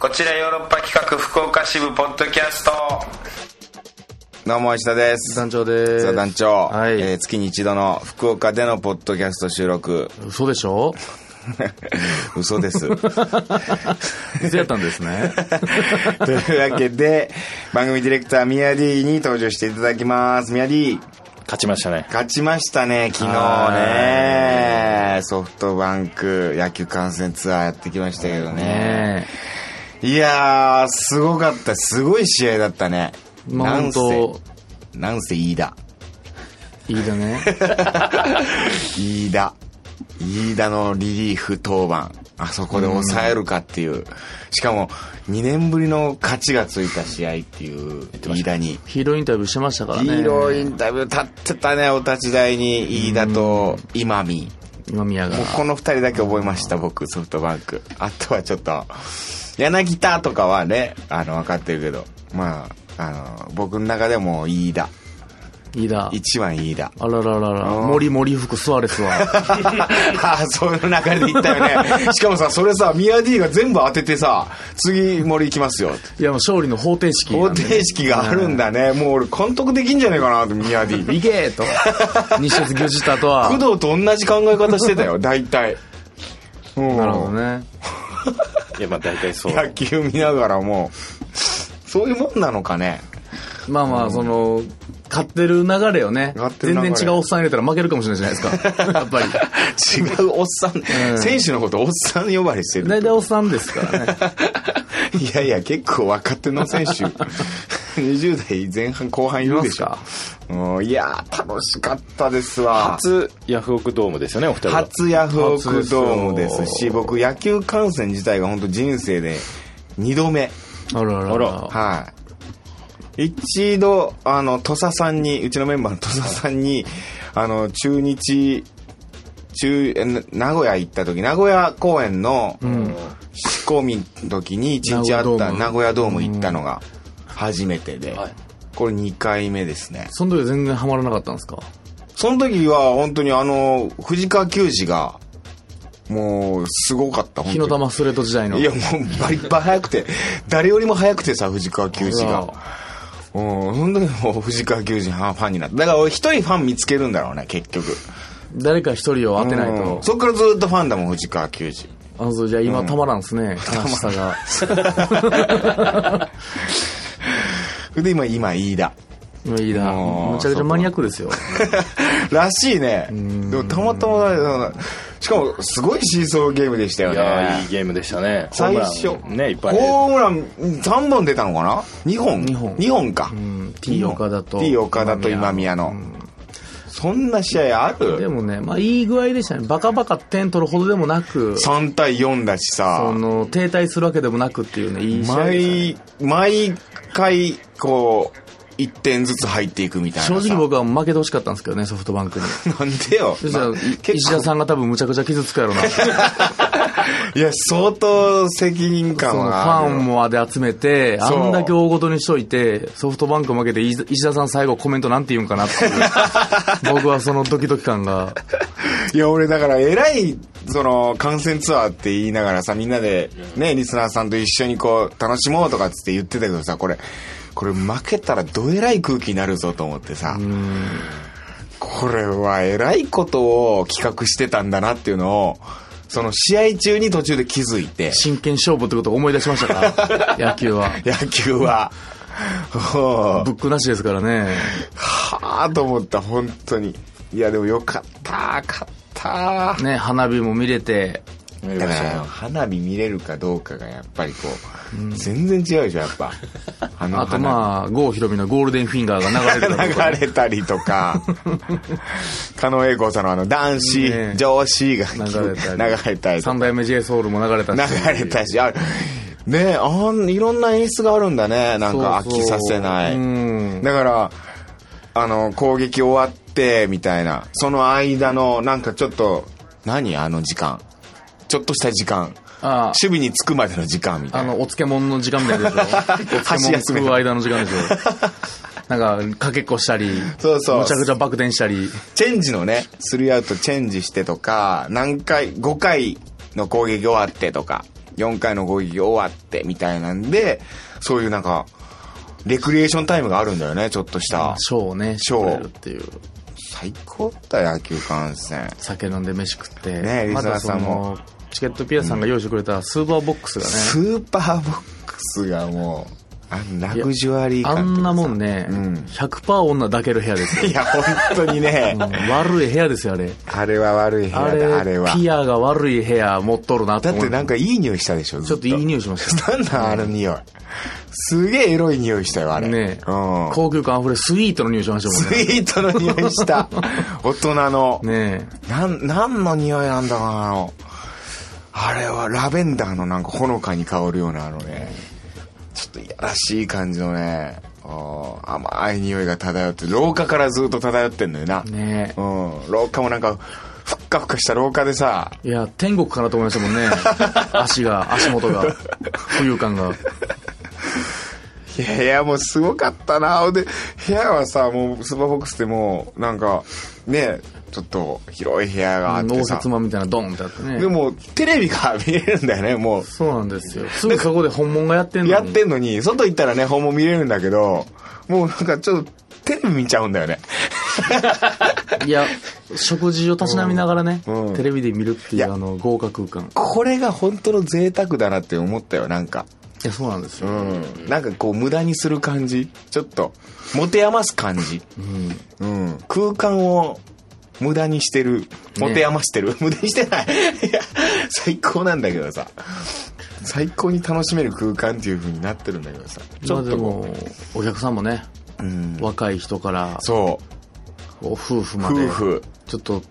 こちらヨーロッパ企画福岡支部ポッドキャストどうも石田です団長でさすあ団長、はい、えー月に一度の福岡でのポッドキャスト収 録嘘でしょ嘘です 嘘やったんですねというわけで番組ディレクターミヤディに登場していただきますミヤディ勝ちましたね。勝ちましたね昨日ねソフトバンク野球観戦ツアーやってきましたけどねねいやーすごかったすごい試合だったね、えまあなん本せ当なんせ飯田いいだね飯田飯田のリリーフ登板あそこで抑えるかっていう、しかも2年ぶりの勝ちがついた試合っていう飯田にヒーローインタビューしてましたからヒねーローインタビュー立ってたねお立ち台に飯田と今見今宮がもうこの2人だけ覚えました僕ソフトバンクあとはちょっと柳田とかはねあの分かってるけどまああの僕の中でも飯田いいだ一番飯田あららららうん森森福スアレスはああそういう流れでいったよねしかもさそれさミヤ D が全部当ててさ次森行きますよっていやもう勝利の方程式方なん程で式があるんだねもう俺監督できんじゃねえかなってミヤ D いけーと西鉄牛舌とは 工藤と同じ考え方してたよ大体うんなるほどねいや、まあ大体そう。野球見ながらもそういうもんなのかねまあまあその勝ってる流れをね勝ってる全流れ然違うおっさん入れたら負けるかもしれないじゃないです かやっぱり違うおっさん、選手のことおっさん呼ばれしてる大体おっさんですからね いやいや結構若手の選手 20代前半後半いるでしいょまうんいやー楽しかったですわ初、ヤフオクドームですよね、お二人は。初ヤフオクドームです初ですしよ僕野球観戦自体が本当人生で2度目あららあららはい一度あの土佐さんにうちのメンバーの土佐さんにあの中日中えな名古屋行った時名古屋公演の仕込みの時に一日あっ名古屋ドーたム名古屋ドーム行ったのが初めてで、はいこれ2回目ですねその時は全然ハマらなかったんですかその時は本当にあの藤川球児がもうすごかった本火当にの玉ストレート時代のいやもうバリバリ早くて誰よりも早くてさ藤川球児がうん本当にもう藤川球児ファンになっただから俺一人ファン見つけるんだろうね結局誰か一人を当てないうんとそっからずっとファンだもん藤川球児あそうじゃあ今たまらんですね悲しさがそれで今今飯田 今いいだうんむちゃくちゃマニアックですよらしいねでもたまたまだしかもすごいシーソーゲームでしたよいやーねいいゲームでしたね。最ホ初ームランね、いっぱい。ホームラン3本出たのかな2本二本二本かん T 岡田と T 岡田と今今宮宮のそんな試合あるでもねまあいい具合でしたねバカバカ点取るほどでもなくそ3対4だしさ、の停滞するわけでもなくっていうねいい試合でし毎、毎回、こう、1点ずつ入っていくみたいたな正さ。直僕は負けてほしかったんですけどねソフトバ ンクになんでよ。そしたらまあ石田さんが多分むちゃくちゃ傷つくやろうなそのいや、相当責任感フはあァるよ。ンもあで集めてあそうんだけ大ごとにしといてソフトバンク負けて石田さん最後コメントなんて言うんかな っていう僕はそのドキドキ感がいや、俺だから、偉い、その、観戦ツアーって言いながらさ、みんなで、ね、リスナーさんと一緒にこう、楽しもうとかっつって言ってたけどさ、これ、これ負けたらどえらい空気になるぞと思ってさ、これはえらいことを企画してたんだなっていうのを、その試合中に途中で気づいて。真剣勝負ってことを思い出しまし たから野球は野球は。 ほうブックなしですからねはあと思った、本当に。いや、でもよかった、勝った。ね花火も見れて見だまかしたら、よ花火見れるかどうかがやっぱりこう、全然違うでしょ、やっぱ。あの あと花まあ郷ひろみのゴールデンフィンガーが流れてたとこ火 流れたりと か、狩野英孝さんのあの、男子、ね上司が流れた り流れたりと三か、代目 j ソウルも流れたし流れたし、あねえ、あん、いろんな演出があるんだね、なんか飽そうそう。きさせないうんだから、あの、攻撃終わって、みたいな。その間の、なんかちょっと、何あの時間。ちょっとした時間。あ守備につくまでの時間みたあいな。のお漬物の時間みたいで しょお漬物食う間の時間でしょなんかかけっこしたりそうそうむちゃくちゃバク転したりチェンジのね、スリーアウトチェンジしてとか、何回、5回の攻撃終わってとか。 4回の攻撃終わってみたいなんで、そういうなんか、レクリエーションタイムがあるんだよね、ちょっとした。ショーをね、ショーしてくれるっていう。最高だよ、野球観戦。酒飲んで飯食って。ねえまたリスナーさんもそのチケットピアさんが用意してくれたスーパーボックスがね。スーパーボックスがもう、あのラグジュアリー感あというかんさなもんね、うん100%女抱ける部 屋ですよいや、本当にね、悪い部屋ですよ、あれ。あれは悪い部あ屋れ、だ、あれは。ピアが悪い部屋持っとるなとだっ思てう。なんかいい匂いしたでしょ、ちょっといいい。匂いしましなんだ、あの匂い。すげえエロい匂いしたよ、あた。れ。ねえ うん。高級感あふれるスイートの匂いしましたもんスね。イートの匂いした。 大人の。ねえなん、なんの匂いなんだろうなあの。あれはラベンダーのなんかほのかに香るようなあのね、ちょっといやらしい感じのね、うん甘い匂いが漂って、廊下からずっと漂ってんのよな。ねうん。廊下もなんか、ふっかふかした廊下でさ、いや、天国かなと思いましたも んね。足が、足元が、浮遊感が。いや、部屋もすごかったな。ほんで、部屋はさ、もう、スーパーボックスでもう、なんか、ね、ちょっと広い部屋があって脳さ札。間みたいなドンってあってね。でも、テレビが見れるんだよね、もう。そうなんですよ。すぐそこで本物がやってんのに。やってんのに、外行ったらね、本も見れるんだけど、もうなんかちょっと、テレビ見ちゃうんだよね。いや、食事をたしなみながらね、うんうんテレビで見るっていいう、やあの、豪華空間。これが本当の贅沢だなって思ったよ、なんか。いや、そうなんですうよ。ん。なんかこう、無駄にする感じ。ちょっと、持て余す感じ。うんうん。空間を無駄にしてる。持て余してる。 無駄にしてない。いや、最高なんだけどさ。最高に楽しめる空間っていう風になってるんだけどさ。ちまょあっでとこも、お客さんもね、う。うん。若い人から、そう。お夫婦まで、夫婦。ちょっと、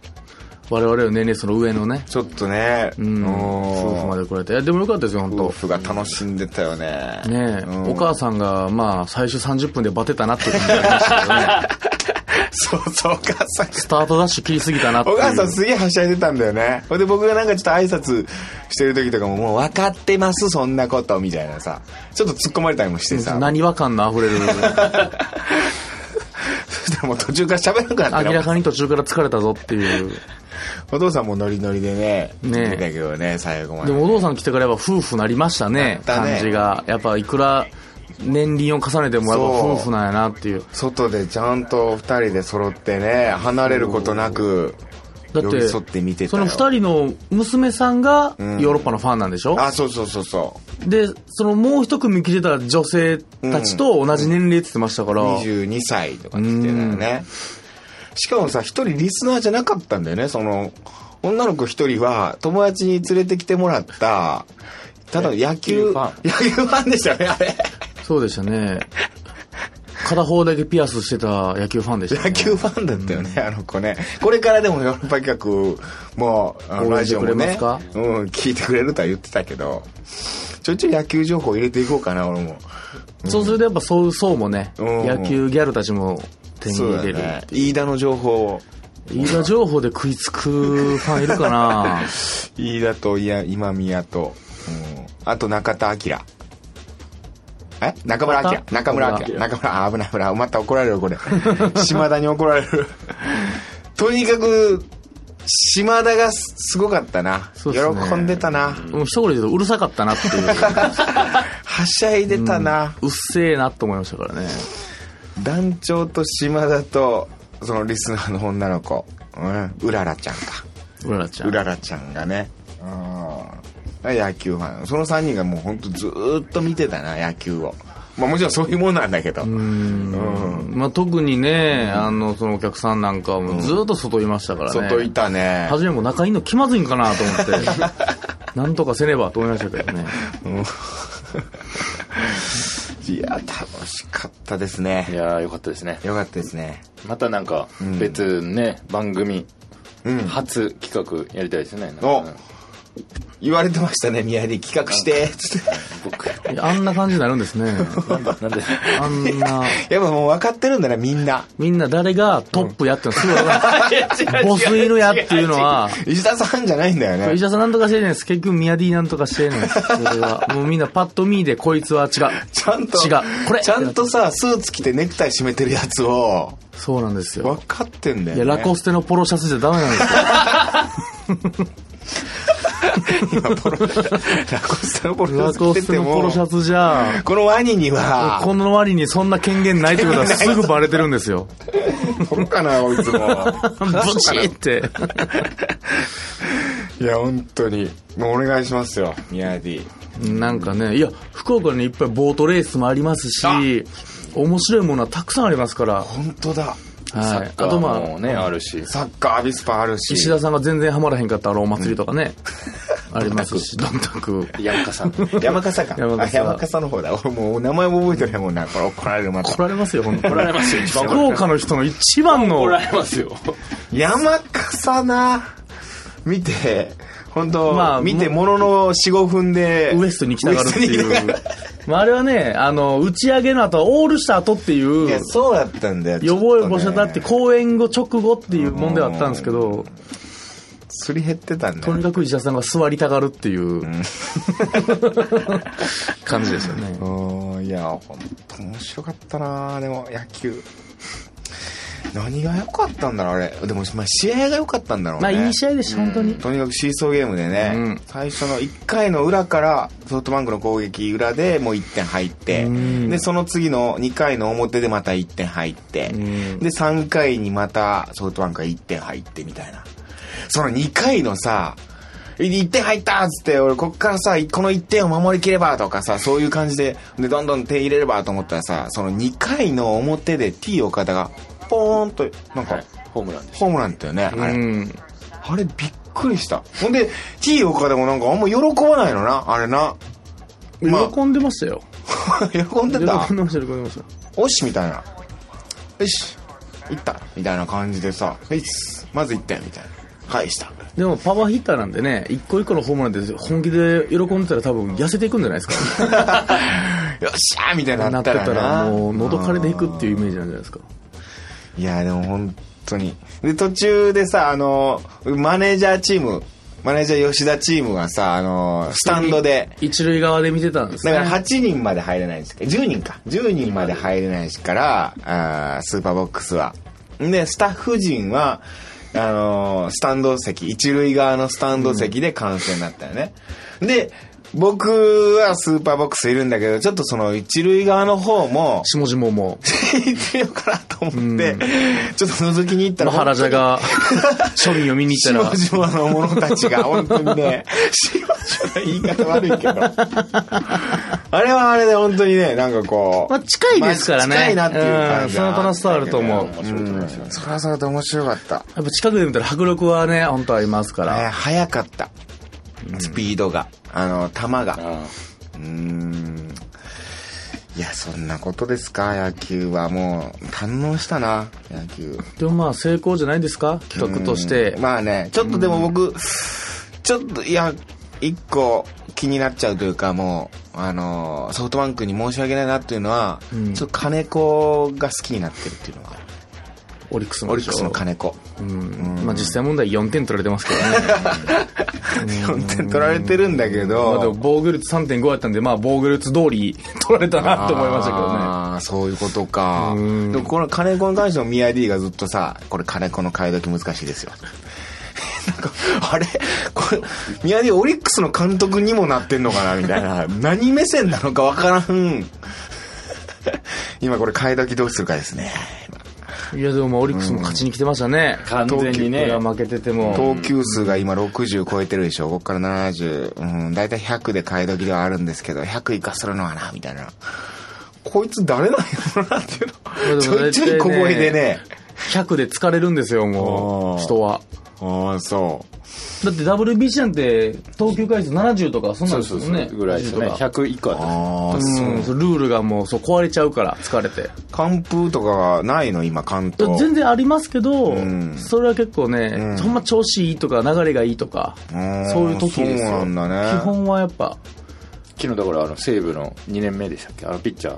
我々より年齢その上のね、ちょっとね。うん、おー夫婦まで来れて。いやでもよかったですよ、本夫当婦が楽しんでたよね。ねえ、うんお母さんが、まあ、最初30分でバテたなって感じがあり ましたけどね、そうそう、お母さん。スタートダッシュ切りすぎたなっていおう。母さんすげえはしゃいでたんだよね。ほんで僕がなんかちょっと挨拶してる時とかももう分かってます、そんなこと、みたいなさ。ちょっと突っ込まれたりもしてさ。何和感の溢れる、そしたらもう途中から喋らなくなって明らねかに途中から疲れたぞっていう。お父さんもノリノリでね、ねえだけどね、最後までで。もお父さん来てからやっぱ夫婦なりましたね、なったね感じが。やっぱいくら年輪を重ねてもやっぱそう夫婦なんやなっていう。外でちゃんと二人で揃ってね、離れることなく、だっ寄て、り添って見てたそのよ。二人の娘さんがヨーロッパのファンなんでしょ、あ、そうそうそうそう。で、そのもう一組来てた女性たちと同じ年齢って言ってましたから、 22歳とか来てたよね。しかもさ、一人リスナーじゃなかったんだよね、その、女の子一人は友達に連れてきてもらった、ただ野野球、球ファン野球ファンでしたよね、あれ。そうでしたね。片方だけピアスしてた野球ファンでした、ね。野球ファンだったよね、あの子ね。これからでもヨーロッパ企画、もう、あの応ラ援しジてオくもれまねすか、うん、聞いてくれるとは言ってたけど、ちょいちょい野球情報入れていこうかな、俺も。そうするとやっぱそういう層もね、うん野球ギャルたちも手にそう入だれる。ね。飯田の情報を。飯田情報で食いつくファンいる かな飯田と、いや、今宮と、うん、あと中田明。え中村明。中中村村明。中村、あ、危ない危ない。また怒られる、これ。 島田に怒られる。 とにかく、島田がすすごかったな。そうですね喜んでたな。もう一人で言うとうるさかったなっていう。 はしゃいでたな、うっせえなと思いましたからね。団長と島田とそのリスナーの女の子、うん、うららちゃんかうららちゃん。うららちゃんがねうん野球ファンその3人がもうほんとずーっと見てたな野球をまあもちろんそういうもんなんだけどうんまあ、特にね、あの、そのお客さんなんかはもうずっと外いましたからね。外いたね初めもう仲いいの気まずいんかなと思 って、なんとかせねばと思いましたけどね。いや楽しかったですねいやーよかったですねよかったですねまたなんか別ね、番組うん初企画やりたいですねなんかおうん言われてましたね宮城企画してつって僕いやあんな感じになるんですね。なんでなん であんな、やっぱもう分かってるんだなみんなみんな誰がトップやってのすぐ分かる。 ボ スいるやっていうのは、石田さんじゃないんだよね石田さんなんとかしてるんです。結局ミヤディなんとかしてるんです。それは。もうみんなパッと見でこいつは違う。ちゃんと、違うこれちゃんとさ、スーツ着てネクタイ締めてるやつを、そうなんですよ。分かってんだいよ、ね。や、ラコステのポロシャツじゃダメなんですよ。今ポロラコスタのポロシャラツ着コてスてのもポロシャツじゃこのワニにはこの割にそんな権限ないってことはすぐバレてるんです よ。ポロかなこいつもブチって。 いや本当にもうお願いしますよミヤディなんかね、いや、福岡にいっぱいボートレースもありますし、面白いものはたくさんありますから、はい、本当だああととままあ、あねあるしサッカーアビスパあるし石田さんが全然ハマらへんかったあのお祭りとかね、ありますし、どんたく。やんか さん山笠か山山笠笠山笠の方だ俺もう名前も覚えてないもんなこれ怒られるまた来られますよ、ほんと怒られますよ一番福岡の人の一番の怒、られますよ山笠な見て本当、まあ見てものの45分でウエストに来たがるっていウエストに来たがうる。まあ、あれはね、あの、打ち上げの後はオールした後ってい う。いやそうだった んだよ予防予防者だってちょとね公演後直後っていう問題はあったんですけど、すり減ってたんだとよにかく医者さんが座りたがるっていう、感じですよね。うんいや本当面白かったなでも野球何が良かったんだろうあれでも、まあ、試合が良かったんだろうね まあいい試合でした、本当に。とにかくシーソーゲームでね、うん最初の1回の裏からソフトバンクの攻撃裏でもう1点入って、うんでその次の2回の表でまた1点入って、んで3回にまたソフトバンクが1点入ってみたいなその2回のさ1点入ったっつって俺こっからさこの1点を守りきればとかさそういう感じででどんどん点入れればと思ったらさその2回の表で T 岡田がポーンとなんか、はいホームランでホームランだったよね、あれうん。あれびっくりした。ほんで、T 岡でもなんかあんま喜ばないのな、あれな。 まあ喜んでましたよ。喜んでた喜ん。でました、喜んでました。おし、みたいな。よし、いった。みたいな感じでさ、はいっす、まず1点、みたいな。はい、した。でもパワーヒッターなんでね、一個一個のホームランで本気で喜んでたら多分痩せていくんじゃないですか。 よっしゃーみたいにななっってたらたな。らもう喉枯れていくっていうイメージなんじゃないですか。いや、でも本当に。で、途中でさ、あの、マネージャーチーム、マネージャー吉田チームがさ、あの、スタンドで、一塁側で見てたんですだね。から8人まで入れないんですけど、10人か。10人まで入れないから、あースーパーボックスは。で、スタッフ陣は、あのースタンド席、一塁側のスタンド席で観戦だったよね。で、僕はスーパーボックスいるんだけど、ちょっとその一塁側の方も、下地ももう。行ってみようかなと思って、ちょっと覗きに行ったまら、あ、原田 が庶民を見に行ったら、下々の者たち が、本当にね、下々の言い方悪いけど。あれはあれで本当にね、なんかこう。まあ、近いですからね。まあ近いなっていうう感んじその楽しさはあると思う。面白いと思いますよそれはそれで面白かった。やっぱ近くで見たら迫力はね、本当ありますかえーら。早かった。スピードが。あの、球が。あうーん。いや、そんなことですか、野球は。もう、堪能したな、野球。でもまあ成功じゃないですか企画としてうん。まあねちょっとでも僕、ちょっといや一個気になっちゃうというかもうあのーソフトバンクに申し訳ないなっていうのは、うんちょっと金子が好きになってるっていうのはオリックスのオでリしッょクスの金子うん。まあ実際問題4点取られてますけどね。 4点取られてるんだけまあでもど防御率3.5やったんで、まあ防御率通り取られたなと思いましたけどね。ああそういうことかうんでもこの金子に関しても宮 D がずっとさこれ金子の買い時難しいですよ なんかあれこれ宮 D オリックスの監督にもなってんのかなみたい な何目線なのかわからん今これ買い時どうするかですねいやでもまあオリックスも勝ちに来てましたね。完全にね東京が負けてても。投球数が今60超えてるでしょここから70うん大体100で買い時ではあるんですけど100いかするのはなみたいなこいつ誰なんやろなっていうのちまあでょもいちょい小声でね100で疲れるんですよ、もあーう。人は。ああそだって WBC なんて投球回数70とかそんなんそうですそもうんそうね。ぐらいですよね80とか101個あったうらああうん、そうルールがもうそう壊れちゃうから疲れて完封とかがないの今関東全然ありますけど、んそれは結構ね、うんほんま調子いいとか流れがいいとか、うんそういう時ですよそうなんだね基本はやっぱ昨日だからあの西武の2年目でしたっけあのピッチャー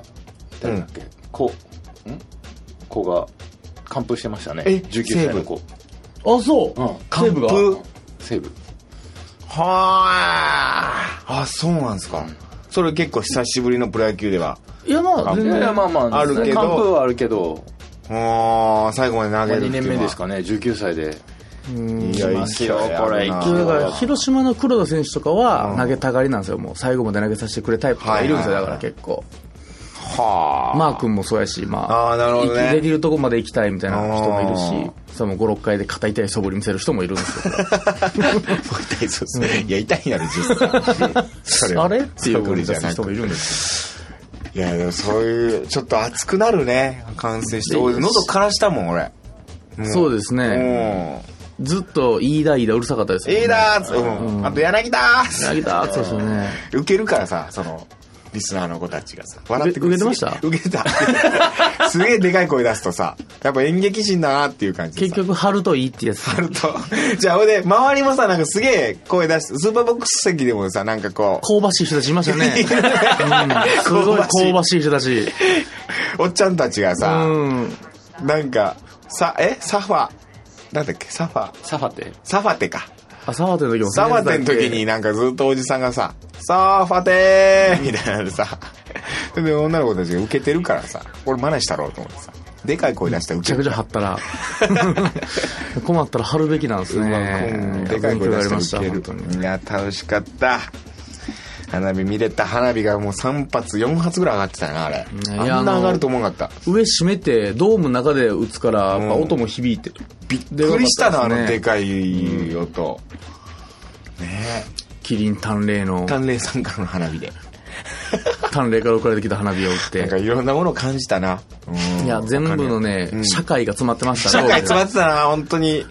誰だっけ、こん子が完封してましたねえ19歳の子あそう、うん西武が完封西武はああそうなんですかそれ結構久しぶりのプロ野球ではいやまあ全いやいや然まあまああるけど完封はあるけど、ああ最後までまあ、投げる2っていう年のは目ですかね19歳でいや、ますよこれ行行ききだよよから広島の黒田選手とかは投げたがりなんですよ、もう最後まで投げさせてくれタイプがいるんですよ、はいはいだかはらい結構、はあ。マー君もそうやし、まあ、あーなるほどねいできるとこまで行きたいみたいな人もいるあーし、それも5、6回で肩痛い素振り見せる人もいるんですよこ痛いそうです いや、痛いんやろ、実際。そ れ。はあれっていうそ振れりじ出ゃすな人もくいるんですいや、でもそういう、ちょっと熱くなるね。感染して。で俺、喉枯らしたもん、俺。よ。そうですね。もずっと、いいだ、いいだ、うるさかったですう、よねええだーっつってうんあと、柳だーっつっ投げたーってそうですよね。て受けるからさ、その、リスナーの子たちがさ、笑ってく受け受けてました受けてた。 すげえでかい声出すとさ、やっぱ演劇人だなっていう感じで結さ。局、貼るといいってやつ。あると。じゃあ、ほいで、周りもさ、なんかすげえ声出して、スーパーボックス席でもさ、なんかこう、香ばしい人たちいましたね。うん、すごい香ばしい人たち。 おっちゃんたちがうさ、ん。なんか、さ、えサファ。なんだっけサファ。サファテサファテか。あ、サワテの時も。サファテの時に。なんかずっとおじさんがさ、サーファテーみたいなのでさ、 それで女の子たちが受けてるからさ、俺真似したろうと思ってさ、でかい声出したらめ受ちけゃくるちゃ。貼ったら。 困ったら貼るべきなんですうんね。でかい声出勉強になりまししたた、ら本受当けに。る。いや、楽しかった。花火見れた花火がもう3発、4発ぐらい上がってたな、あれ。ねいやあんな上がると思わなかった。上閉めて、ドームの中で打つから、やっぱ音も響いて。びっくりしたな、あでかかったですねのでかい音。キリン淡麗の、丹麗さんからの花火で。淡麗から送られてきた花火を打 っなんかて。いろんなものを感じたな。うんいや、全部のね、社会が詰まってました社会詰まってたな、本当に。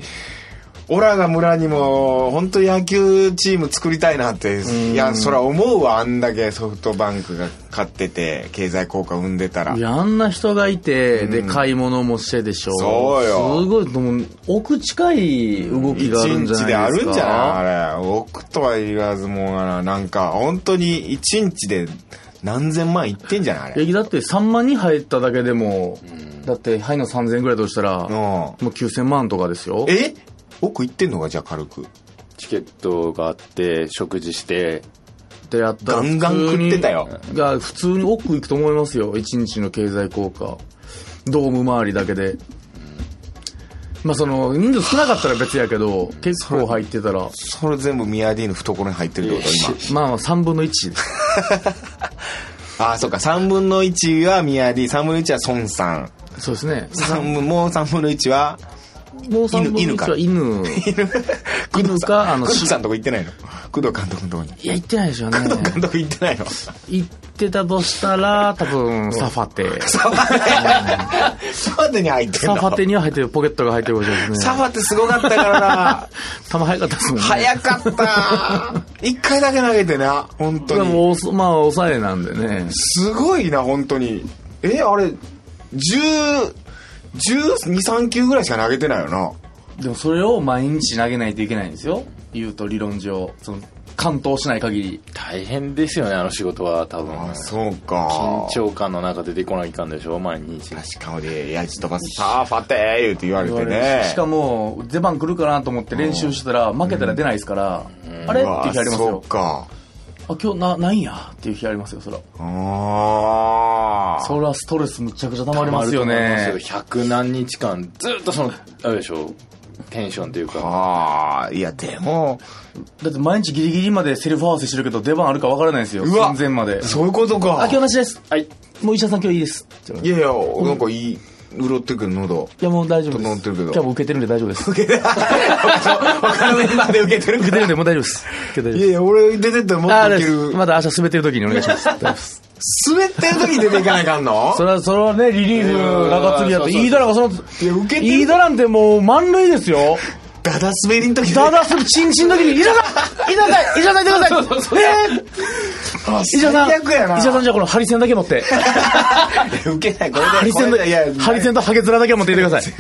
オラが村にも、本当野球チーム作りたいなって、いや、そら思うわ、あんだけソフトバンクが勝ってて、経済効果生んでたらい。や、あんな人がいて、で、買い物もしてでしょ。そうよすごい、でも、奥近い動き一があるんじゃ日でなあいですか。るんじゃないあれ。億とは言わずもうな、なんか、本当に一日で何千万いってんじゃないあれ。えだって3万人入っただけでも、だって、入るの3000円ぐらいとしたら、うんもう9000万とかですよ。え億いってんのか、じゃあ軽く。チケットがあって食事してってやったらガンガン普通食にってたよが、普通に奥行くと思いますよ。1日の経済効果。ドーム周りだけで。まあ、その、人数少なかったら別やけど、結構入ってたら、それ全部ミヤディの懐に入ってるってこと今。まあまあ3分の1。 ああ、そうか。3分の1はミヤディ、3分の1は孫さん。そうですね。三分、もう3分の1は、もう3分の犬1は 犬。工藤さんかあの工藤さんとこ行ってないの工藤監督のとこに。いや、行ってないでしょうね。工藤監督行ってないの サ行ってたとしたら、多分、サファ テ。ファテ。サファテに入ってるサのファテには入ってる、ポケットが入ってることですね。サファテすごかったから な。球早かったですもんね。早かった。一回だけ投げてな、本で当に。も、おそまあ、抑えなんでね。すごいな、本当に。え、あれ、10、12、3球ぐらいしか投げてないよな。でもそれを毎日投げないといけないんですよ。言うと理論上。その、完投しない限り。大変ですよねあの仕事は多分あ、そうか。緊張感の中出てこないかんでしょ毎日確かに、やじ飛ばす、さあ、ファテー言うて言われてね。しかも、出番来るかなと思って練習してたら、負けたら出ないですから、あれうってわいう日ありますそよう。か。あ、今日な、ないんやっていう日ありますよ、そら。ああ。そらストレスむちゃくちゃ溜まりますよたまねる。と思いますよ100何日間ずっとそのあれでしょテンションというかああ、いや、でも、だって毎日ギリギリまでセルフ合わせしてるけど、出番あるか分からないんですよ。うわ寸前まで。そういうことあ、か今日。なしです。はいもう医者さん今日いいです。って言われいてやいや、なんかいい、潤ってるけど、喉。いや、もう大丈夫で整す。ってるけど今日はもう受けてるんで大丈夫です。受他のメンバーで受けてるけてるんでもう大丈夫です。受けてるいやいや、俺出てったらもっあとでいけする。まだ明日滑ってる時にお願いします。大丈夫です滑ってる時に出ていかないかんのそれは、それはね、リリーフ、中継ぎやっそうそうそうて、飯田なんかその、いや受けてる飯田なんてもう満塁ですよ。ダダ滑りの時ダダス、チンチンの時に、飯田さん飯田さん飯田さんいてくださいえー石飯田さん最悪やな。飯田さんじゃあこのハリセンだけ持って。受けない、これで。ハリセンこれと、でいや、ハリセンとハゲヅラだけ持っていてください。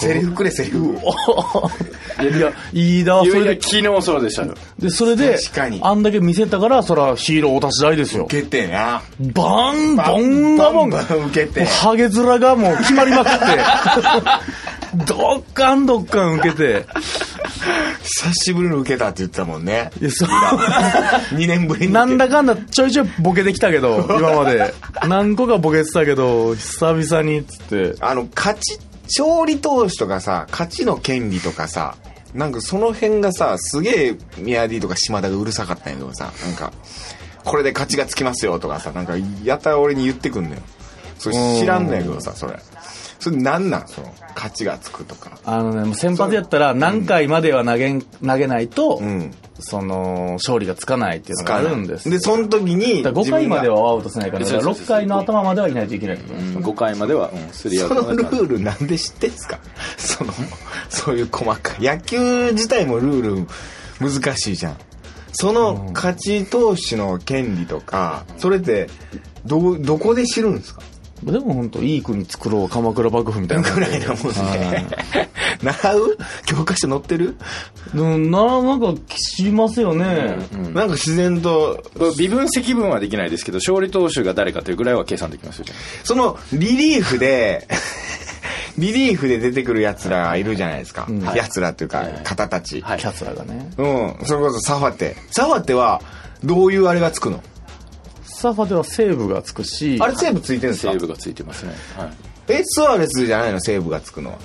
セリフくれ、セリフ。いや、飯田はいそやいれやで、昨日そうでしたよで、それで確かに、あんだけ見せたから、そらヒーローお立ち台ですよ。受けてな。バン、ボンガボンバガンバン受けてハゲ面がもう決まりまくって。どっかんどっかん受けて。久しぶりに受けたって言ってたもんね。いやそう 2年ぶりに受けた。なんだかんだちょいちょいボケてきたけど、今まで。何個かボケてたけど、久々に、つって。あの、勝ち、勝利投手とかさ、勝ちの権利とかさ、なんかその辺がさすげえ宮 D とか島田がうるさかったんやけどさなんかこれで勝ちがつきますよとかさなんかやたら俺に言ってくんのよそれ知らんのやけどさそれそれなんなんその勝ちがつくとかあのね、もう先発やったら何回までは投げん、投げないと、んその、勝利がつかないっていうのがあるんです。でその時にだから5回まではアウトせないから、そうそうそう6回の頭まではいないといけないってことですよね5回までは、うん、スリーアウそトのまでなんルでールなんで知ってんすか その、そういう細かい。野球自体もルール難しいじゃん。その勝ち投手の権利とか、それって、ど、どこで知るんですかでも本当いい国作ろう、鎌倉幕府みたいな。ぐらいなもんね。習う教科書載ってる、うん、な、なんか、知りますよね。なんか自然と、これ微分積分はできないですけど勝利投手が誰かというぐらいは計算できますよ そのリリーフで、リリーフで出てくる奴らがいるじゃないですか。奴らというか、方たち。はいキャスラーがね。うん、それこそサファテ。サファテは、どういうあれがつくのサファではセーブがつくし、あれセーブついてるんですセかーブがついてますね、はい、え、スアレスじゃないのセーブがつくのは。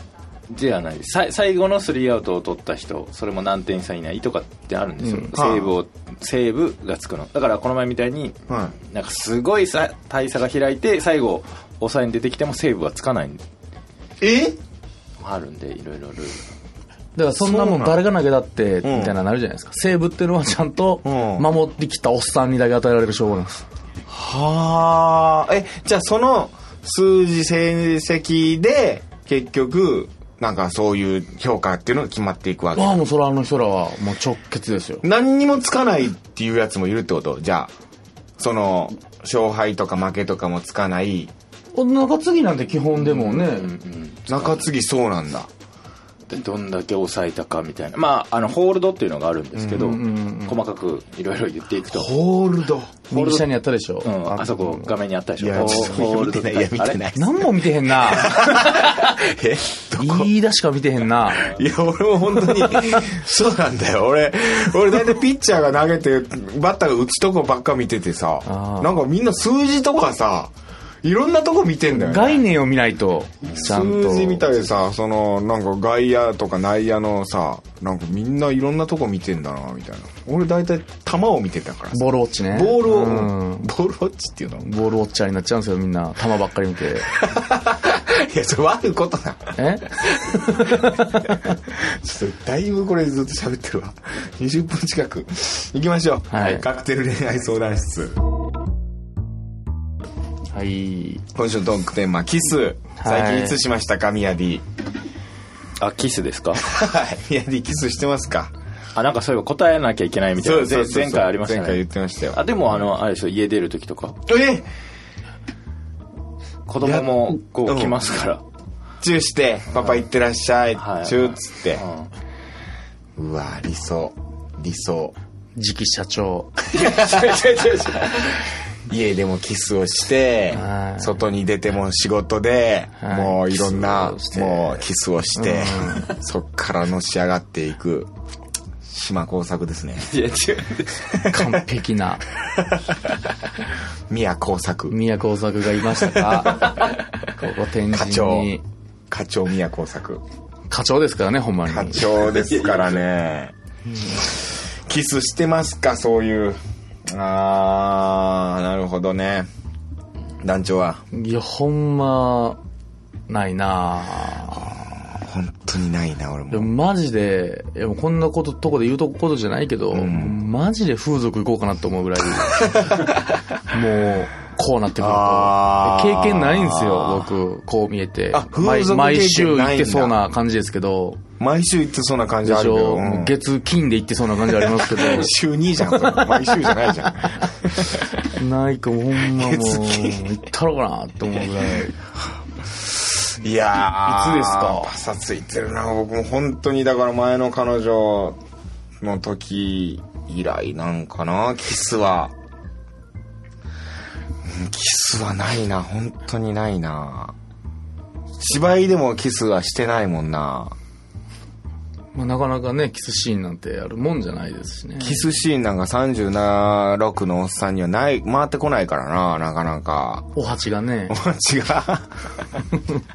ではないさい最後のスリーアウトを取った人それも何点差以内とかってあるんですよ、セーブをセーブがつくのだからこの前みたいに、はなんかすごいさ大差が開いて最後抑えに出てきてもセーブはつかないえあるんでいろいろルールがだからそんなもん誰が投げだって、みんたいななるじゃないですか。セーブっていうのはちゃんと、うん守ってきたおっさんにだけ与えられる称号なんです。はあ。え、じゃあその数字成績で、結局、なんかそういう評価っていうのが決まっていくわけ。ああ、もうそれあの人らは、もう直結ですよ。何にもつかないっていうやつもいるってことじゃあ、その、勝敗とか負けとかもつかない。中継ぎなんて基本でもね、中継ぎそうなんだ。でどんだけ抑えたかみたいなまああのホールドっていうのがあるんですけど、細かくいろいろ言っていくとホールド。右下にやったでしょ。うん、あそこ画面にあったでしいょや、ホちょっとホー見ルドてない。いや、見あてれない。何も見てへんな。えどこ言い出しか見てへんな。いや、俺も本当 に、そうなんだよ。俺、俺大体ピッチャーが投げて、バッターが打つとこばっか見ててさあ、ーなんかみんな数字とかさ、いろんなとこ見てんだよ、ね。概念を見ないと、ちゃんと。数字みたいでさ、その、なんか外野とか内野のさ、なんかみんないろんなとこ見てんだな、みたいな。俺大体球を見てたからさ。ボールウォッチね。ボールを、うんボールウォッチっていうの いボールウォッチャーになっちゃうんですよ、みんな。球ばっかり見て。や、それ悪いことだ。え ちょっとだいぶこれずっと喋ってるわ。20分近く。行きましょう。はいカクテル恋愛相談室。はい。今週のトークテーマ、キス。最近いつしましたか、ミヤディ。あキスですかはい。 ミヤディキスしてますかあなんかそういえば答えなきゃいけないみたいなそうそうそうそう前回ありましたね前回言ってましたよあでもあのあれでしょ家出る時とかえ子供もこううん来ますから、チューして、パパ行ってらっしゃいは。いチューっつって。うんうわ、理想。理想。次期社長。家でもキスをしては、い外に出ても仕事で、はいもういろんなキスをし、てもうキスをして、 そっからのし上がっていく、島工作ですね。いや違完璧な宮工作。宮工作がいましたかここ天課神長に。。課長宮工作。課長ですからね、ほんまに。課長ですからね。キスしてますか、そういう。あー、なるほどね。団長は。いや、ほんま、ないなぁ本当にないな、俺でもも。マジで、いやもうこんなこと、とこで言うとことじゃないけど、マジで風俗行こうかなと思 うぐらい、もう、こうなってくるあと。ー経験ないんですよ、僕、こう見えて。あ風俗毎毎経験週ないんだ行ってそうな感じですけど、毎週行ってそうな感じであしるけど。ょ、うん月、金で行ってそうな感じありますけ週2じゃん、それ毎週じゃないじゃん。ど、ないか、ほんまもう、月金行ったろかなと思うぐらい。いやーいつですかパサついてるな、僕も本当に、だから前の彼女の時以来なんかな、キスは。うんキスはないな、本当にないな。芝居でもキスはしてないもんな。まあ、なかなかね、キスシーンなんてあるもんじゃないですしね。キスシーンなんか36のおっさんにはない、回ってこないからな、なかなか。お鉢がねお、待ちが。あ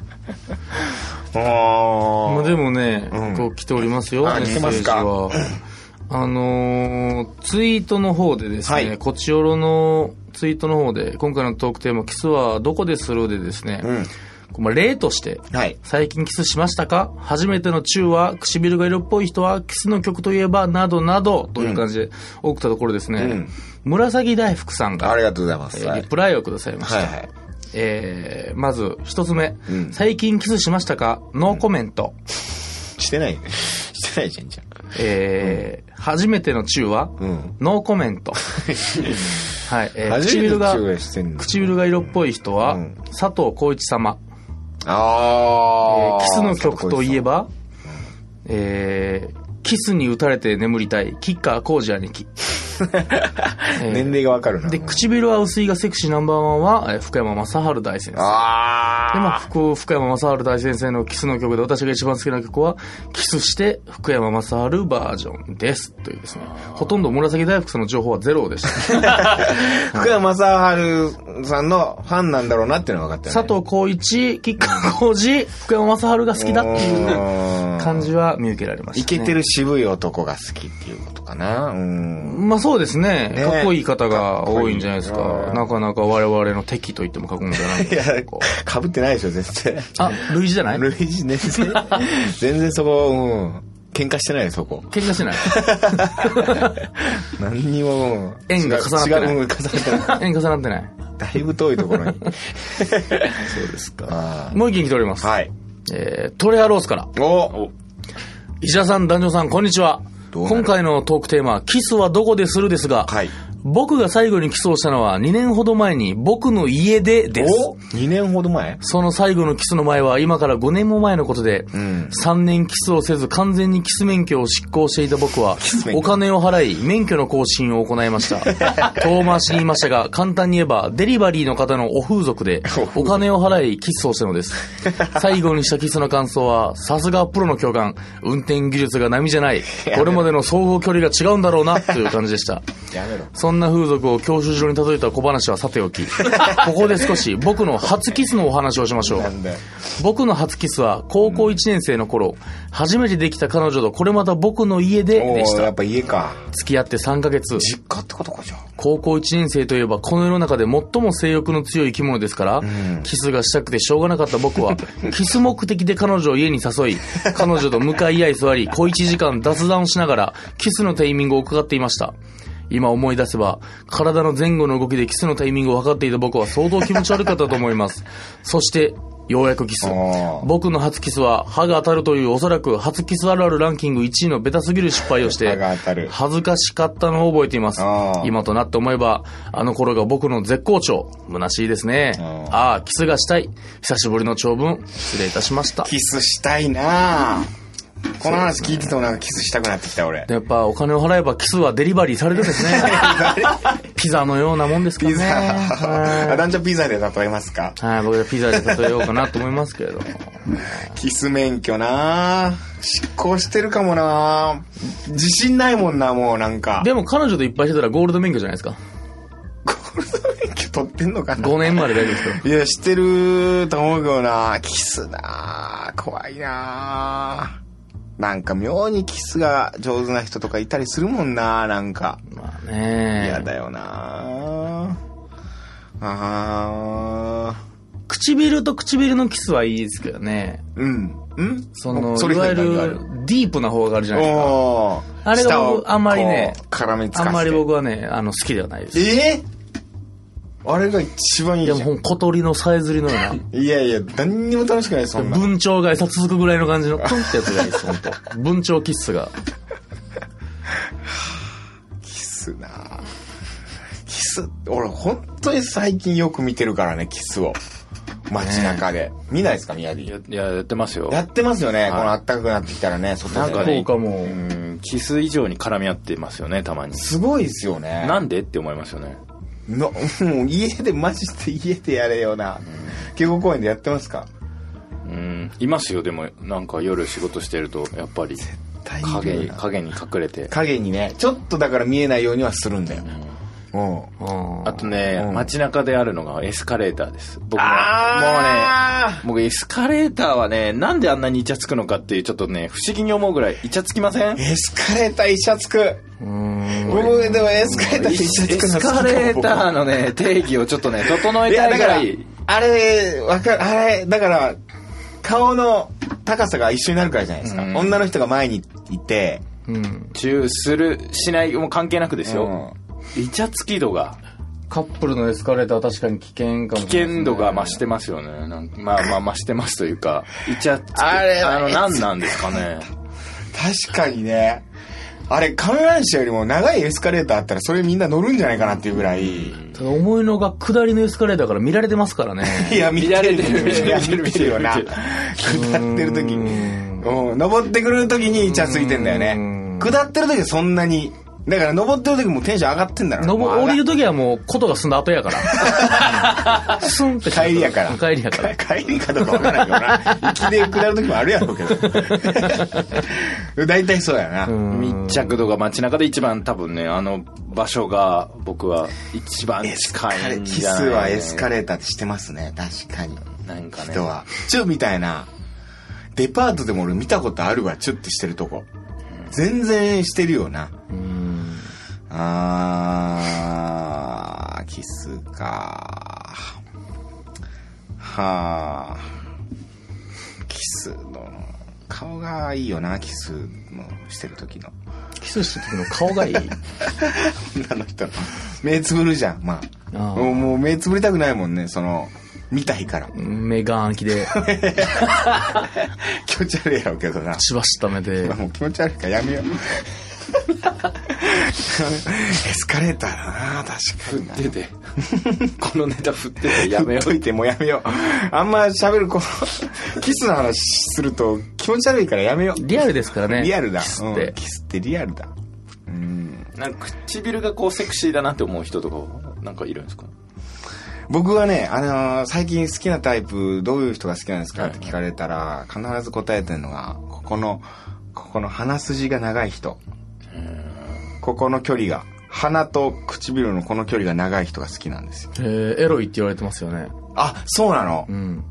まあ、でもね、うんこう来ておりますよ、あメッセー来てますジかは。 あのーツイートの方でですね、はいこちおろのツイートの方で、今回のトークテーマ、キスはどこでするでですね、うんこうまあ、例として、はい。最近キスしましたか初めてのチューは唇が色っぽい人はキスの曲といえばなどなどという感じで送ったところですね、うん紫大福さんがありがとうございまえす。ーはいリプライをくださいました、はいはい。えーまず一つ目、うん最近キスしましたかノーコメント、してない。 してないじゃんじゃん。えー初めてのチューは、んノーコメン トはい、えー唇が中してんの。唇が色っぽい人は、うん佐藤浩市様えあーあ。キスの曲といえ。ば、えーキスに打たれて眠りたい、キッカー工事兄貴。年齢がわかるな。で、唇は薄いがセクシーナンバーワンは、えー福山雅治大先生。ああ。で、まあ、福福山雅治大先生のキスの曲で、私が一番好きな曲は、キスして福山雅治バージョンです。というですね。ほとんど紫大福さんの情報はゼロでした。福山雅治さんのファンなんだろうなっていうのは分かったよね。佐藤浩市、キッカー工事、福山雅治が好きだっていうう感ん。じは見受けられまイした、ね。ケてる渋い男が好きっていうことかな。うん。まあそうですね。ねかっこいい方が多いんじゃないですか。かっこいいなかなか我々の敵と言っても過言じゃないんいでやすけど。、かぶってないでしょ、全然。あ、類似じゃない類似 全然。全然そこ、うん。喧嘩してないよ、そこ。喧嘩して ない。何にも。うん縁が重なってない違ううん重なってない。喧嘩重なってない。だいぶ遠いとこ ろに。そうですか。あもう一件来ております。ーはい。えー、トレハロースから。お石田さん、男女さん、こんにちは。どうなる今回のトークテーマ、キスはどこでするですが、はい。僕が最後にキスをしたのは2年ほど前に僕の家でですお。!2 年ほど前その最後のキスの前は今から5年も前のことで、ん3年キスをせず完全にキス免許を執行していた僕はス免、許お金を払い免許の更新を行い ました。遠回しに言いましたが、簡単に言えばデリバリーの方のお風 俗でお風俗お金を払いキスをしたのです。最後にしたキスの感想は、さすがプロの教官、運転技術が並じゃない、これまでの総合距離が違うんだろうなという感じでした。やめろ。そんな風俗を教習所に例えた小話はさてお き、ここで少し僕の初キスのお話をしましょう。なんだよ。僕の初キスは高校1年生の頃、初めてできた彼女とこれまた僕の家でおでしー、た。やっぱ家か。付き合って3ヶ月。実家ってことかじゃん。高校1年生といえばこの世の中で最も性欲の強い生き物ですから、キスがしたくてしょうがなかった僕は、 キス目的で彼女を家に誘い、彼女と向かい合い座り、小1時間雑談をしながら、キスのタイミングを伺っていました。今思い出せば、体の前後の動きでキスのタイミングを測っていた僕は相当気持ち悪かったと思います。 そして、ようやくキスあ。ー僕の初キスは、歯が当たるというおそらく初キスあるあるランキング1位のベタすぎる失敗をして、歯が当たる恥ずかしかったのを覚えています。あー今となって思えば、あの頃が僕の絶好調。虚しいですね。あーああ、キスがしたい。久しぶりの長文、失礼いたしました。キスしたいなぁこの話聞いててもなんかキスしたくなってきた俺。やっぱお金を払えばキスはデリバリーされるですね。ピザのようなもんですかね。ピザ。はあ、団長ピザで例えますかいはい、僕はピザで例えようかなと思いますけれども。キス免許なぁ執行してるかもなぁ自信ないもんな、もうなんか。でも彼女といっぱいしてたらゴールド免許じゃないですか。ゴールド免許取ってんのかな5年まで大丈夫ですから。いや、知ってると思うけどなキスな怖いななんか妙にキスが上手な人とかいたりするもんななんか。まあね嫌だよなああ唇と唇のキスはいいですけどね。ー。うん。うんその、それい以わゆ外に何があるるディープな方があるじゃないですか。おーあれが舌僕をあんまりねこう絡めつかせてあんまり僕はね、あの、好きではないです。えーあれが一番いいいじや、ゃんもう小鳥のさえずりのよういやいや、何にも楽しくない、そんな、な。文鳥が餌続くぐらいの感じ の、トンってやつがいいです、本当文鳥キッスが。キスなぁキス、俺本当に最近よく見てるからね、キスを。街中で。見ないですか、宮城。やいややってますよやってますよね、いこの暖かくなってきたらね、外で。なんかね効果もう、んキス以上に絡み合ってますよねたまにすごいですよね。なんでって思いますよねの、もう家で、マジで家でやれよな。慶応公園でやってますかうんいますよでもなんか夜仕事してるとやっぱり大影に影に隠れて影にね、ちょっとだから見えないようにはするんだよ。うん。うんあとね、うん街中であるのがエスカレーターです。僕はもうね、あ僕エスカレーターはね、なんであんなにイチャつくのかっていう、ちょっとね、不思議に思うぐらい、イチャつきませんエスカレーターイチャつく。うん僕でもエスカレーターエイチャつくのス好きかカもレーターのね、定義をちょっと ね、整えいや、たいぐだかららい。、あれ、わかる、あれ、だから、顔の高さが一緒になるからじゃないですか。うん女の人が前にいて、うんチューする、しない、もう関係なくですよ。イチャつき度が、カップルのエスカレーターは確かに危険か危もしれないですね険度が増してますよね。なんかまあまあ増してますというか、イチャつき。あれはあの、なんなんですかね。確かにね、あれ、観覧車よりも長いエスカレーターあったら、それみんな乗るんじゃないかなっていうぐらい。いただ思いのが下りのエスカレーターから見られてますからね や、見られてる見ら見られてるれてる見てるよな。見てる下ってる時うんうん、登ってくる時にイチャついてんだようねん。下ってる時はそんなに、だから登ってる時もテンション上がってんだろうなのぼ降りもるうときはもう、ことが済んだ後やから。 スンって帰りやから帰りやか上がら。帰りかどうかわからないけどな。行きで下る時もあるやろう けど。大体そうやな。密着度が街中で一番多分ね、あの場所が僕は一番エスカレ近いんキじスゃないはエスカレーターってしてますね。確かに。なんかね。人は。チューみたいな。デパートでも俺見たことあるわ、チュッてしてるとこ。全然してるよな。うんあー、キスか。はあ。キスの、顔がいいよな、キスのしてる時の。キスした時の顔 がいい。女の人の。目つぶるじゃん、まあ。あーもうもう目つぶりたくないもんね、その、見た日から。目が暗きで、気持ち悪いやろうけどな。血ばした目 でまあ。もう気持ち悪いからやめよう。 エスカレーターだな、確かにな。出 て。このネタ振っててややめめよといてもうやめよう。あんま喋る、こう、キスの話すると気持ち悪いからやめよう。リアルですからね。リアルだ。キスうっんて。キスってリアルだ。うん。う。 なんか唇がこうセクシーだなって思う人とかはなんかいるんですか僕はね、あのー最近好きなタイプ、どういう人が好きなんですかって聞かれたら、必ず答えてるのが、ここの、ここの鼻筋が長い人。ここの距離が。鼻と唇のこの距離が長い人が好きなんですよ。えーエロいって言われてますよね。あ、そうなのうん。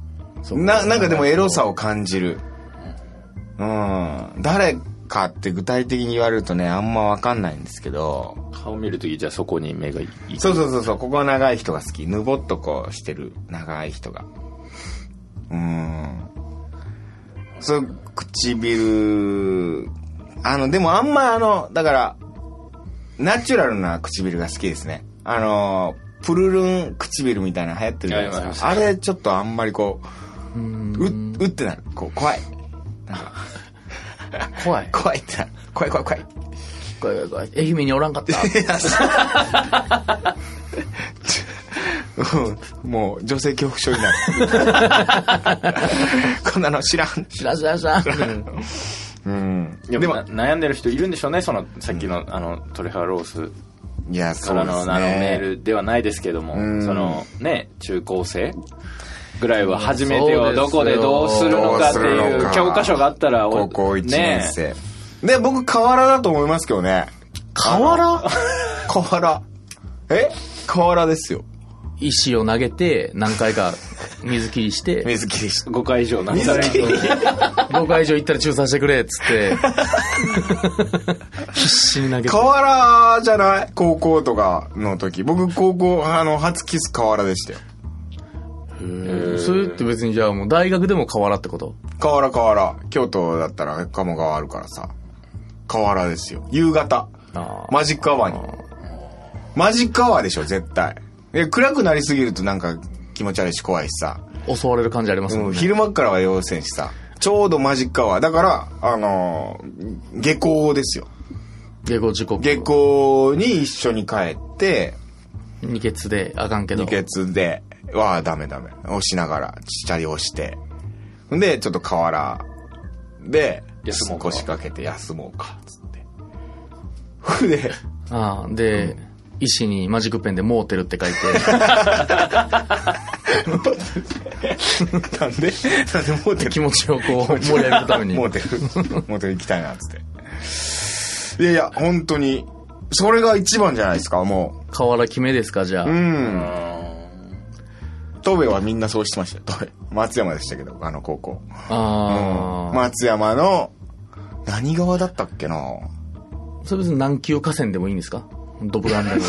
そうな、なんかでもエロさを感じる。うん。誰かって具体的に言われるとね、あんまわかんないんですけど。顔見るときじゃあそこに目がいい。そうそうそうそう、ここは長い人が好き。ぬぼっとこうしてる、長い人が。うん。そう、唇、あの、でもあんまあの、だから、ナチュラルな唇が好きですね。あの、プルルン唇みたいなの流行ってるじゃないはいでわすかか。あれちょっとあんまりこう、うんう、うってなる。こう、怖い。 怖い。怖いってなる。怖い怖い怖い。怖い怖い怖い。愛媛におらん かった。うん もう、女性恐怖症になる。こんなの知らん。知らん知らん知らん。うん。ででもも、悩んでる人いるんでしょうね、そのさっきの、あのトレハロースいや、かそうでらすね。のあのメールではないですけども、うんそのね、中高生ぐらいは初めてそうをですよどこでどうするのかってどうすいるのうか教科書があったら、お高校1年ね生。で、僕、河原だと思いますけどね。河原河原。え河原ですよ。石を投げて、何回か水切りして。水切りし5回以上なったら水切り5会場行ったら中3してくれっつって 必死に投げて河原じゃない高校とかの時。僕、高校、あの、初キス河原でしたよ。うんそれって別にじゃあもう大学でも変わらってこと河原河原。京都だったら鴨川あるからさ。河原ですよ。夕方。あーマジックアワーに。マジックアワーでしょ、絶対。で暗くなりすぎるとなんか気持ち悪いし怖いしさ。襲われる感じありますうもん、んね昼間っからは要請しさ。ちょうどマジックアワー。だから、あのー下校ですよ。下校時刻下校に一緒に帰って、二欠であかんけど二血で、はダメダメ。押しながら、ちっちゃり押して。んで、ちょっと河原で、休もうか腰掛けて休もうか、つって。ふで、 あーで、石にマジックペンで「モーテル」って書いて なんで、なんでモーテル気持ちをこう盛り上げるためにモーテル、モーテル行きたいな、つって。いやいや、本当に、それが一番じゃないですか、も河原決めですか、じゃあ。うん。あ東部はみんなそうしてましたよ。東部松山でしたけど、あの高校。ああ、松山の、何川だったっけなそれ別に南級河川でもいいんですかドブ川みたいな。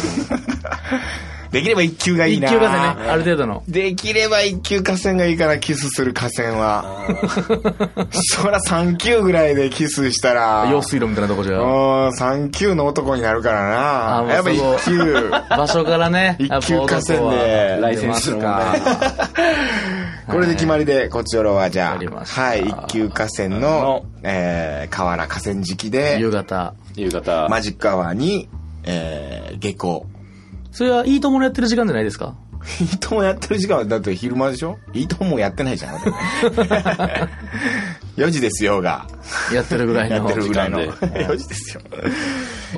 できれば一級がいい一級な河川ね、ある程度の。できれば一級河川がいいかな、キスする河川は。そら三級ぐらいでキスしたら。用水路みたいなとこじうゃ。ん、3級の男になるからあもな。やうっぱ一そこ級。 場所からね、一級河川ーで。ライセンスの問題これで決まりで、こっちよろはじゃわかりまあ、したはい、一級河川のの、えー、河原河川敷夕で、方。夕方マジックアワーに、えー、下校。それはいいとものやってる時間じゃないですかいいともやってる時間は、だって昼間でしょいいともやってないじゃん。4時ですよが、やってるぐらいやの。ってるぐらいの。時間4時です よ。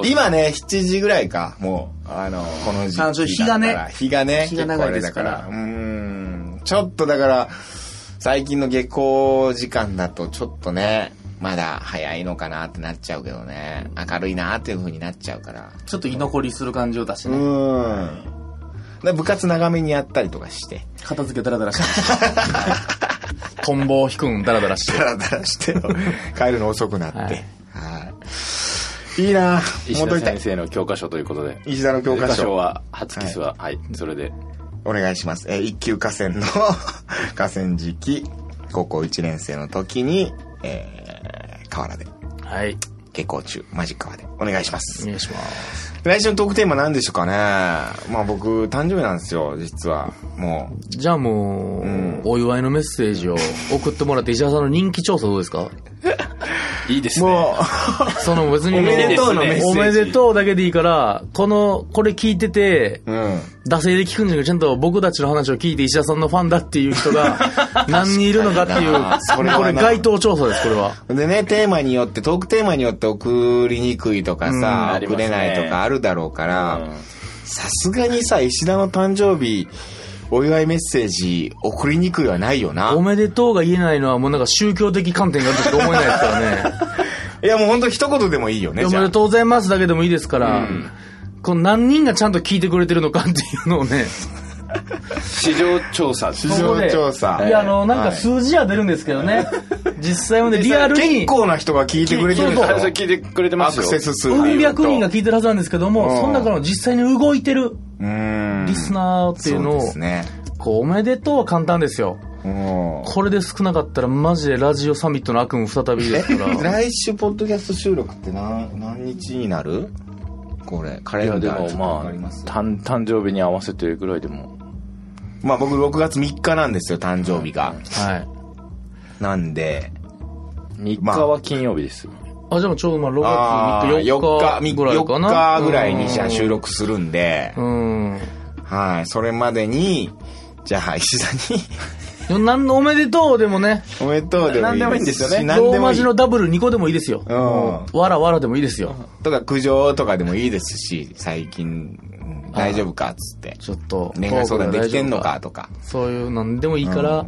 今ね、7時ぐらいか、もう、あの、この時期あちょっと日がねだから日がね、日が長いですから結構あれだうーん、ちょっとだから、最近の下校時間だと、ちょっとね、まだ早いのかなってなっちゃうけどね、明るいなっていう風になっちゃうから。ちょっと居残りする感じを出してう。ーん。だから部活長めにやったりとかして。片付けダラダラして トンボを引くんダラダラして。ダラダラして、 帰るの遅くなって。ははいい。いいな石戻田りたい先。生の教科書ということで石田の教科書は初キスははい、それでお願いします。えー一級河川の 河川敷、高校1年生の時に、えー、河原で、はい。下校中、マジック川で、お願いしますお。願いします。来週のトークテーマ何でしょうかねまあ僕、誕生日なんですよ、実は。もう。じゃあもう、お祝いのメッセージを送ってもらって、石原さんの人気調査どうですかいいですねもその別にう、おもうめでとうのメッセージ。おめでとうだけでいいから、この、これ聞いてて、うん。惰性で聞くんじゃなくて、ちゃんと僕たちの話を聞いて石田さんのファンだっていう人 が何人いるのかっていう、それはなこれ該当調査です、これは。でね、テーマによって、トークテーマによって送りにくいとかうんさあ、りま送すねれないとかあるだろうかうんら、さすがにさ、石田の誕生日、お祝いメッセージ、送りにくいはないよなお。めでとうが言えないのはもうなんか宗教的観点があるとしか思えないですからね。いや、もうほんと一言でもいいよね、おじめゃあで。とうご ざいますだけでもいいですから、この何人がちゃんと聞いてくれてるのかっていうのをね、市場調査市場ここで調査いや、あの、なんかはい数字は出るんですけどね。実際はね、リアル結に。構な人が聞いてくれてるんそうだそれよ。聞いてくれてまアすよクセス数でうん言う百と。人が聞いてるはずなんですけども、うんその中の実際に動いてるうーん。リスナーっていうのそうをです、ね。こう、おめでとうは簡単ですよ。うんこれで少なかったらマジでラジオサミットの悪夢再びで すから。来週、ポッドキャスト収録って何、何日になるこれ、カいレやンでダーもちょっとまわあかります誕誕生日に合わせてるぐらいでもまあ僕6月3日なんですよ、誕生日が。はい。なんで、 3日は金曜日です、あ、じゃあもうちょうどまああ6ー月4 4日日、ぐらいかな。 4日ぐらいにじゃあ収録。録するんでう、ん。はい、それまでに、じゃあ石田に、 でもなんのおめでとうでもね、おめでとうでもいいですし。何ロでーもマいい字のダブル2個でもいいですよ。うんもうわらわらでもいいですよ。とか苦情とかでもいいですし、最近、うん大丈夫かっつって。ちょっと。恋愛相談できてんのかとか。そういうなんでもいいから、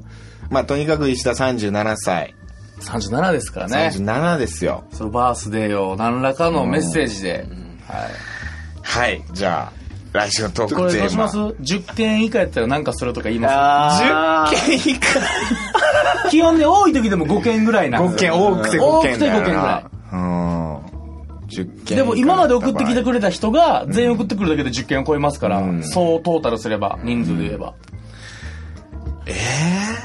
まあとにかく石田37歳。 37ですからね。 37ですよ。そのバースデーを何らかのメッセージで。はい。はい、じゃあ、来週のトーこクれテどうーしまマす。?10 件以下やったらなんかするとか言いまあ10件以下。す。基 本で多い時でも5件ぐらいなん5です件、よ多くて5件だよな。多くて5件ぐらいうん。10件。でも今まで送ってきてくれた人が全員送ってくるだけで10件を超えますから、んそうトータルすれば、人数で言えば。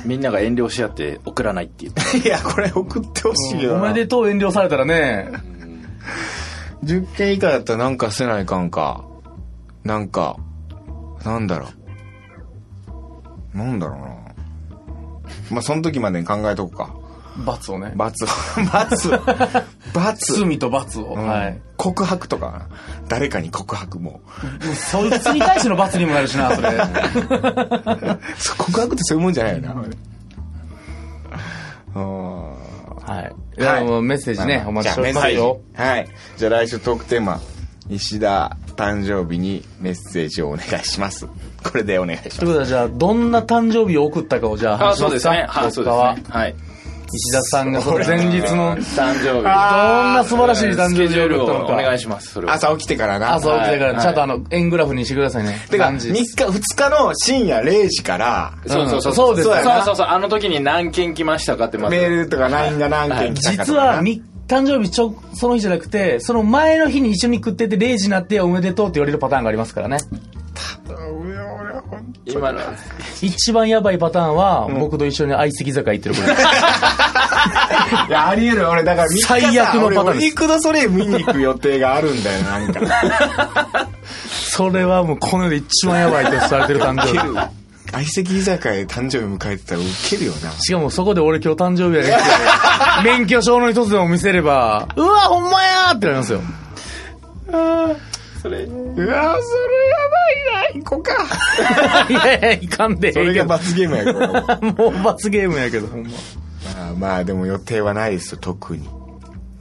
みんなが遠慮し合って送らないって言っていや、これ送ってほしいよおな。めでとう遠慮されたら ね、 10件以下だったらなんかせないかんか。なんか、なんだろう。なんだろうな。まあ、その時までに考えとこうか。罰をね。罰を。 罰。 罰。罪と罰を。うんはい。告白とかな。誰かに告白も。そいつに対しての罰にもなるし な、それ。そう告白ってそういうもんじゃないよな。 うんはい。はいや、もうメッセージね、お待ちしておりますよ。。じゃあメッセージはい。じゃあ来週トークテーマ、石田誕生日にメッセージをお願いします。これでお願いしますということで、じゃあ、どんな誕生日を送ったかを、じゃあ、話しますか。はいそうです僕はねはい石田さんがその前日の、どん誕生日。な素晴らしい誕生スケジ日ューをル送をったのおか。願いします、それは。朝起きてからな。朝起きてかはら、いちゃんとあの、円グラフにしてくださいね。てか、感3じ日、2日の深夜0時から、そうそうそう。うんそうですそうそうやなそうそう。あの時に何件来ましたかってまず。メールとか LINE が何件来たかと実かな。は、み誕生日ちょ、その日じゃなくて、その前の日に一緒に食ってて0時になっておめでとうって言われるパターンがありま すからね。今の。一番やばいパターンは、僕と一緒に相席酒屋行ってることです。いや、あり得る。俺、だから3日さ、最悪のパターンです俺俺、肉のそれ見に行く予定があるんだよ、なんか。それはもうこの世で一番やばいとされてる誕生日。相席居酒屋で誕生日迎えてたらウケるよな。しかもそこで俺今日誕生日やねんけど免許証の一つでも見せれば、うわ、ほんまやーってな りますよ。それ。うわそれやばいな、行こうか。いやいや、いかんでえそえれけがど。罰ゲームやけど。まもう罰ゲームやけど、ほんま。あまあ、でも予定はないですよ、特に。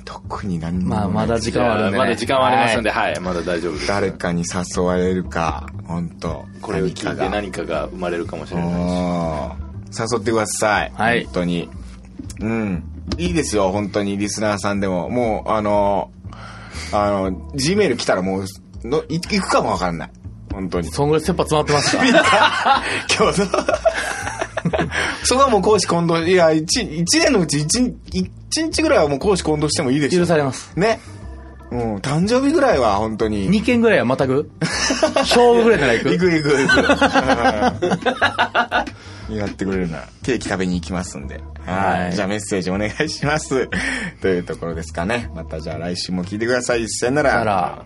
特に何にもなまいあ、まだ時間はあるんで、ね。まだ時間はありますんで、はい、まだ大丈夫です。誰かに誘われるか、ほんと。これを聞いて何かが生まれるかもしれない。うん誘ってください。はい本当に。うん。いいですよ、本当に、リスナーさんでも。もう、あの、あの、G メール来たらもう、のい行くかもわかんない。本当に。そんぐらい切羽詰まってました。 今日の。 そこはもう講師混同、いや、一、一年のうち一日、一日ぐらいはもう講師混同してもいいですよ。許されます。ね。うん、誕生日ぐらいは本当に。 2件ぐらいはまた ぐ勝負ぐらいなら行く行く行く行 く。やってくれるなら。ケーキ食べに行きますんで。はいはい。じゃあメッセージお願いします。というところですかね。またじゃあ来週も聞いてください。さよな。だからら、